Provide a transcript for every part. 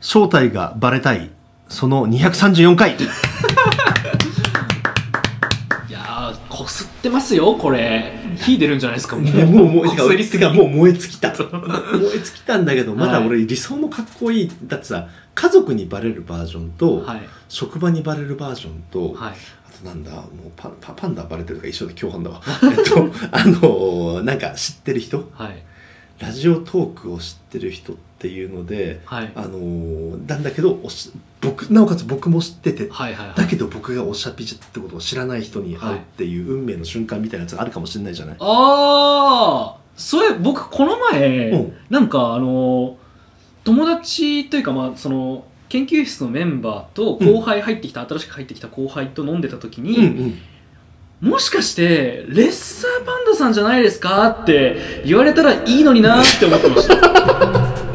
正体がバレたいその234回いやーこすってますよこれ火出るんじゃないですか ももうもうこすりすぎてかもう燃え尽きた燃え尽きたんだけどまだ俺理想のかっこいいだってさ家族にバレるバージョンと、はい職場にバレるバージョンと、はいあとなんだもうパパパンダバレてるとか一緒で共 犯だわえっとあのーなんか知ってる人はいラジオトークを知ってる人っていうのではいあのーなんだけどおし僕なおかつ僕も知っててはいはいはだいけど僕がおしゃぴじってことを知らない人に会うっていう運命の瞬間みたいなやつがあるかもしれないじゃない、ああそれ僕この前、うんなんかあのー友達というかまあその研究室のメンバーと後輩入ってきた、新しく入ってきた後輩と飲んでた時に、うんもしかしてレッサーパンダさんじゃないですかって言われたらいいのになーって思ってました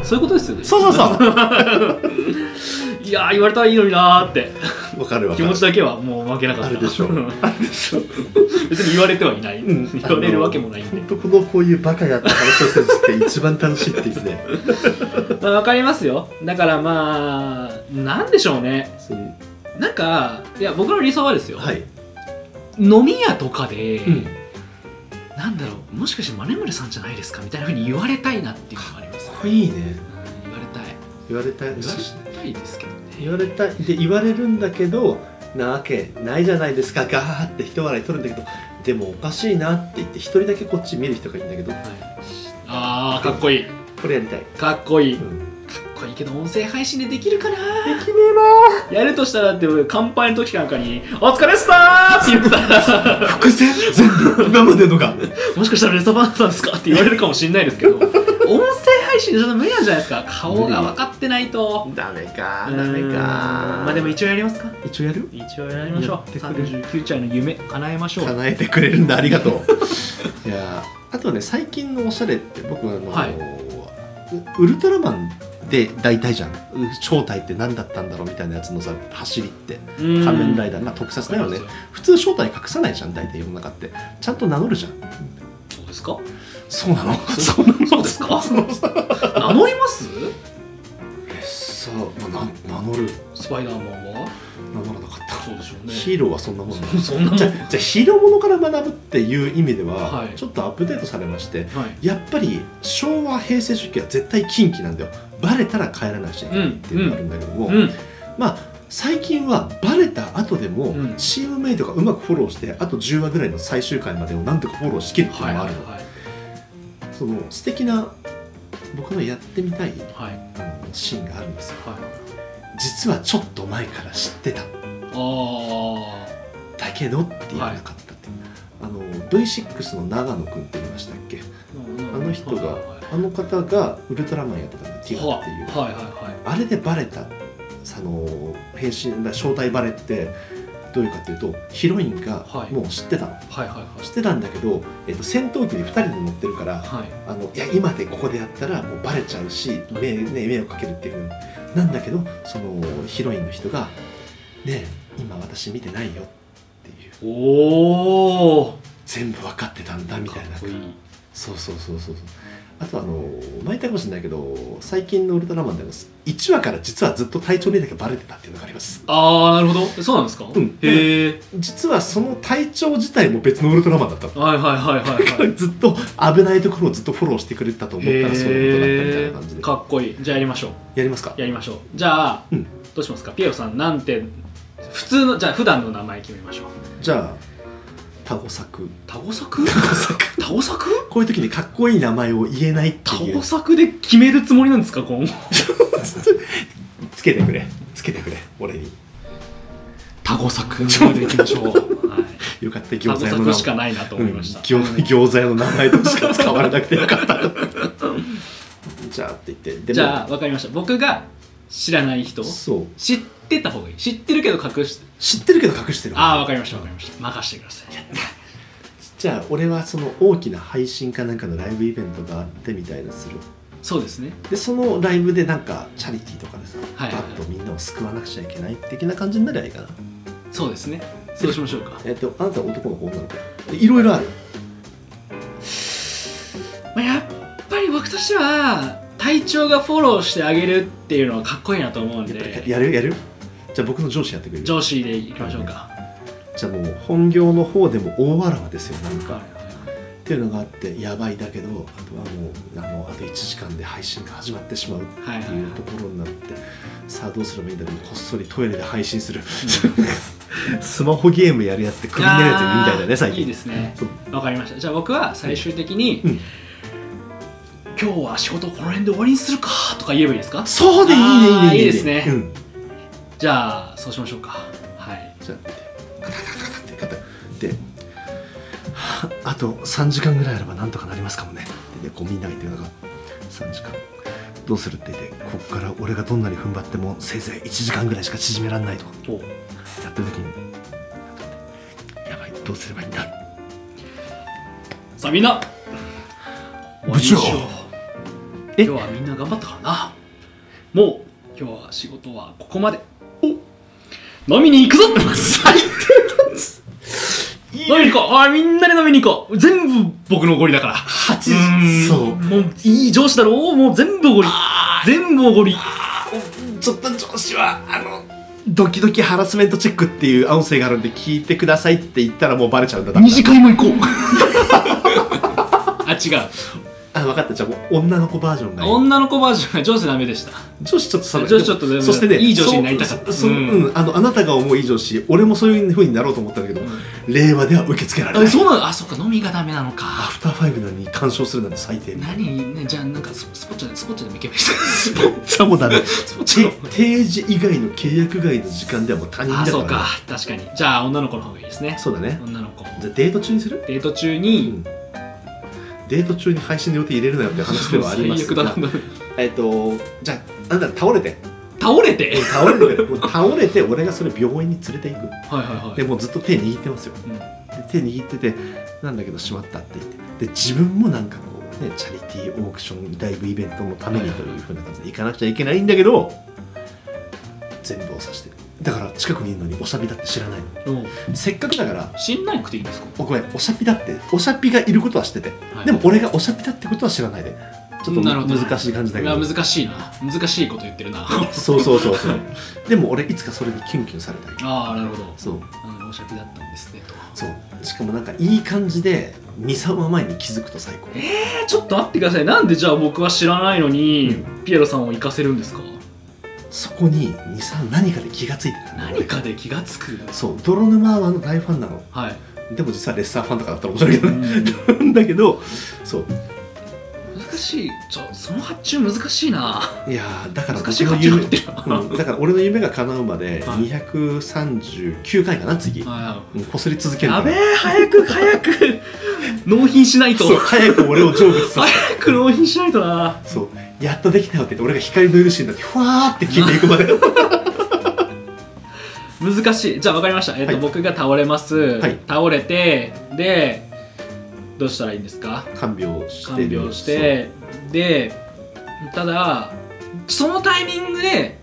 そういうことですよねそうそうそう いやー言われたらいいのになーってわかるわ気か持るちだけはもう負けなかったあるでしょう別に言われては いない、うん言われるわけもないんで本当このこういうバカやった話をするって一番楽しいって言ってねまあ、わかりますよだからまあなんでしょうねそうなんかいや僕の理想はですよ、はい、飲み屋とかで、うんなんだろうもしかしてマネムルさんじゃないですかみたいなふうに言われたいなっていうのがあります、これいいねうん言われたい言われたい言われたいですけどね言われたいで言われるんだけどなわけないじゃないですかガーって一笑い取るんだけどでもおかしいなって言って一人だけこっち見る人がいるんだけどはいあーかっこいいこれやりたい、かっこいいかっん、こいいけど音声配信でできるかなできねえなやるとしたらだって俺乾杯の時かなんかに「お疲れっした!」って言ったら伏線全部今までのが もしかしたらレサバンさんですかって言われるかもしれないですけど 音声配信じゃ無理なんじゃないですか顔が分かってないとダメかうんまあでも一応やりますか一応やる一応やりましょうやってくれ39歳の夢叶えましょう叶えてくれるんだありが とういやーあとね最近のおしゃれって僕あの、はいウウルトラマンで大体じゃんう正体って何だったんだろうみたいなやつのさ走りって仮仮面ライダダーまあ特撮だよね普通正体隠さないじゃん大体世の中ってちゃんと名乗るじゃんそうですかそうなのそそうなのそうですか名乗りますさあ、まあ、な名乗るスパイダーマンは名乗らなかったそうでしょうねヒーローはそんなもんなのそんなもんじゃじゃあヒーローものから学ぶっていう意味では、はいちょっとアップデートされましてはいやっぱり昭和平成初期は絶対近畿なんだよバレたら帰らなくちゃいけないっていうのがあるんだけども、うんまあ最近はバレた後でも、うんチームメイトがうまくフォローしてあと10話ぐらいの最終回までをなんとかフォローしきるっていうはいのがはあいるの、その素敵な僕のやってみたいはいはいあのシーンがあるんですよはい実はちょっと前から知ってたあーだけどって言わなかったって、あの V6 の長野くんって言いましたっけあの人がはいはいあの方がウルトラマンやってたのティガっていう、はいはいあれでバレたその変身だ正体バレってどういうかっていうとヒロインがはいもう知ってたの、はいはいはいはい知ってたんだけど、えっと、戦闘機に2人で乗ってるからはいあのいや今でここでやったらもうバレちゃうし迷,、ね、迷惑かけるっていうのなんだけどそのヒロインの人が「ねえ今私見てないよ」っていうおお全部分かってたんだみたいなかっこいいそうそうそうそうそうあとあの前言ったかもしれないけど最近の「ウルトラマン」でも1話から実はずっと隊長にだけバレてたっていうのがありますああなるほどえそうなんですか、うんへえ実はその隊長自体も別のウルトラマンだったの はいはいはいはい、はい、ずっと危ないところをずっとフォローしてくれてたと思ったらそういうことだったみたいな感じへーでかっこいいじゃあやりましょうやりますかやりましょうじゃあ、うんどうしますかピエロさんなんて普通のじゃあ普段の名前決めましょうじゃあタゴ作タゴ作タゴ作こういう時にかっこいい名前を言えないってタいゴう作で決めるつもりなんですか今後つけてくれつけてくれ俺にタゴ作でいき ましょう、はい、よかったタ餃ゴ子屋の作名し前かないなとう思いんました、餃餃子屋の名前としか使われなくてよかった じゃあって言ってでもじゃあわかりました僕が知らない人そう知ってた方がいい知ってるけど隠して知ってるけど隠してるああわかりましたわかりました任せてくださいじゃあ俺はその大きな配信かなんかのライブイベントがあってみたいなするそうですねでそのライブでなんかチャリティーとかでさ、はいはいバッとみんなを救わなくちゃいけない的な感じになりゃいいかなそうですねそうしましょうか、えっとあなたは男の子女の子いろいろあるまあ、やっぱり僕としては隊長がフォローしてあげるっていうのはかっこいいなと思うんやっぱでりやるやるじゃあ僕の上司やってくれる上司でいきましょうか、じゃあもう本業の方でも大わらわですよなんか、はっていうのがあってやばいだけどあとはもうあのあと1時間で配信が始まってしまうっていはいはいいうところになって、さあどうすればいいんだろうこっそりトイレで配信する、スマホゲームやるやつってクビになるやついるみたいだね最近いいですねそうわかりましたじゃあ僕は最終的に、うん今日は仕事この辺で終わりにするかとか言えばいいですかそうでいいねあーいいねいいですねうん、じゃあそうしましょうかはいじゃあカタカタカタってカタってはああと3時間ぐらいあればなんとかなりますかもねでこうみんなが言ってるのが3時間どうするって言ってここから俺がどんなに踏ん張ってもせいぜい1時間ぐらいしか縮められないとかおやってる時にやばいどうすればいいんださあみんな終わりにしようえ今日はみんな頑張ったからなもう今日は仕事はここまでお飲みに行くぞ最低だ 飲みに行こうおいみんなで飲みに行こう全部僕のおごりだから8時そうもういい上司だろもう全部おごり全部おごりちょっと上司はあのドキドキハラスメントチェックっていう音声があるんで聞いてくださいって言ったらもうバレちゃうんだ二次会も行こう あ違うあ分かったじゃあもう女の子バージョンがいい女の子バージョンが上司ダメでした女子ちょっと寒い女子ちょっとダメだそしてねいい上司になりたかったそそうんうんあのあなたが思ういい上司俺もそういうふうになろうと思ったんだけど、令和では受け付けられなあいそうなのあそっか飲みがダメなのアかフターファイブなのに干渉するなんて最低何ねじゃあなんかススポッチャでスポッチャでも行けばいいスポッ チャもダメスポッチャてでも定時以外の契約外の時間ではもう他人だあからそうか確かにじゃあ女の子の方がいいですねそうだね女の子じゃあデート中にするデート中うにんデート中に配信の予定入れるなよって話ではあります最悪だながえっとじゃああなた倒れて倒れて倒れてくれもう倒れて俺がそれ病院に連れていくはいはいはいでもうずっと手握ってますようんで手握っててなんだけどしまったって言ってで自分もなんかこうねチャリティーオークションライブイベントのためにというふうな感じで行かなくちゃいけないんだけど全部を指してるだから近くにいるのにおしゃぴだって知らないのうんせっかくだから知んないくていいんですかおごめんおしゃぴだっておしゃぴがいることは知っててはいでも俺がおしゃぴだってことは知らないでちょっとなるほど難しい感じだいけやど難しいな難しいこと言ってるなそうそうそうそうでも俺いつかそれにキュンキュンされたいああなるほどそううんおしゃべりだったんですねとそうしかもなんかいい感じで23話前に気づくと最高えちょっと待ってくださいなんでじゃあ僕は知らないのに、うピエロさんを行かせるんですかそこに23何かで気がついてたの何かで気がつくそう泥沼アワーの大ファンなのはいでも実はレッサーファンとかだったら面白いけどね難だけどそうしいちょその発注難しいないやーだから難僕しいの発注入夢ってるな、うんだから俺の夢が叶うまではい239回かな次はうんこすり続いけるかやらべえ早く早く納品しないとそう早く俺を成仏させ早く納品しないとなそうやっとできたよって言って俺が光のいるシーンだってふわーって消えていくま で難しいじゃあ分かりました、えっとはい僕が倒れます、い倒れてでどうしたらいいんですか看病して看病してでただそのタイミングで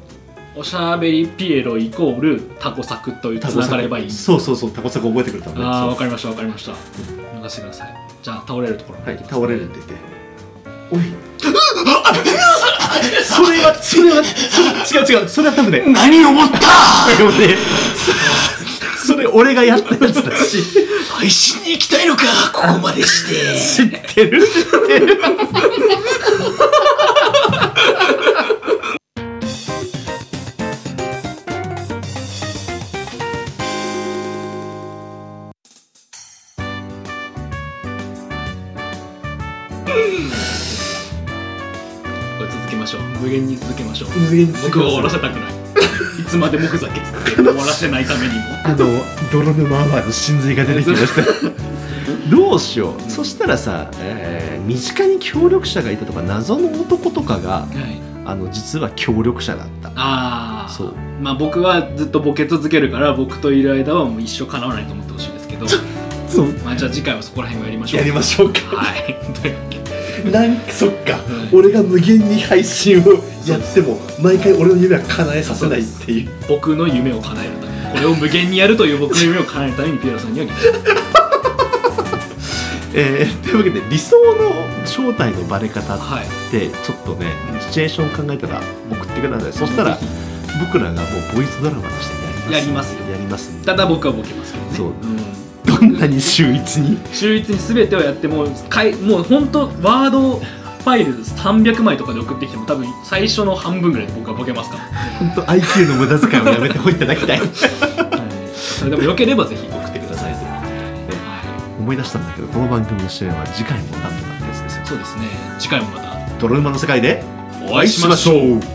おしゃべりピエロイコールタコ作というタつコなさがんればいいそうそうそうタコさん覚えてくれたのねああそうわかりましたわかりました任せてくださいじゃあ倒れるところはい、倒れるって言って。おい。それは、それは、それ違う違う、それは多分ね、何を思ったでもね、そそれ俺がやったやつだし、配信に行きたいのかここまでし知てってる知ってる。これ続けましょう無限に続けましょう無限に僕は終わらせたくないいつまでもふざけつつ終わらせないためにもあの、泥沼アワーの神髄が出てきました。どうしよう、そしたらさ、えー身近に協力者がいたとか謎の男とかがはいあの実は協力者だったああそうまあ僕はずっとボケ続けるから僕といる間はもう一生叶わないと思ってほしいですけどそうまあじゃあ次回はそこら辺をやりましょうやりましょうかはいというわけで なんかそっか、はい俺が無限に配信をやっても毎回俺の夢は叶えさせないっていう僕の夢を叶えるためにこれを無限にやるという僕の夢を叶えるためにピエロさんには来てえーというわけで理想の正体のバレ方っはいてちょっとねシチュエーション考えたら送ってくださいそしたらぜ僕らがもうボイスドラマとしてやりますやりますよやりますんひでただ僕はボケますけどねそうんどんなに秀逸に秀逸に全てをやってもかいもう本当ワードファイル300枚とかで送ってきても多分最初の半分ぐらいで僕はボケます から本当 IQ の無駄遣いをやめておいていた だきたいそれでもよければぜひ送ってくださいと、は思い出したんだけどこの番組の主演は次回もなんとかのやつですよい、そうですね次回もまた泥沼の世界でお会いしましょうう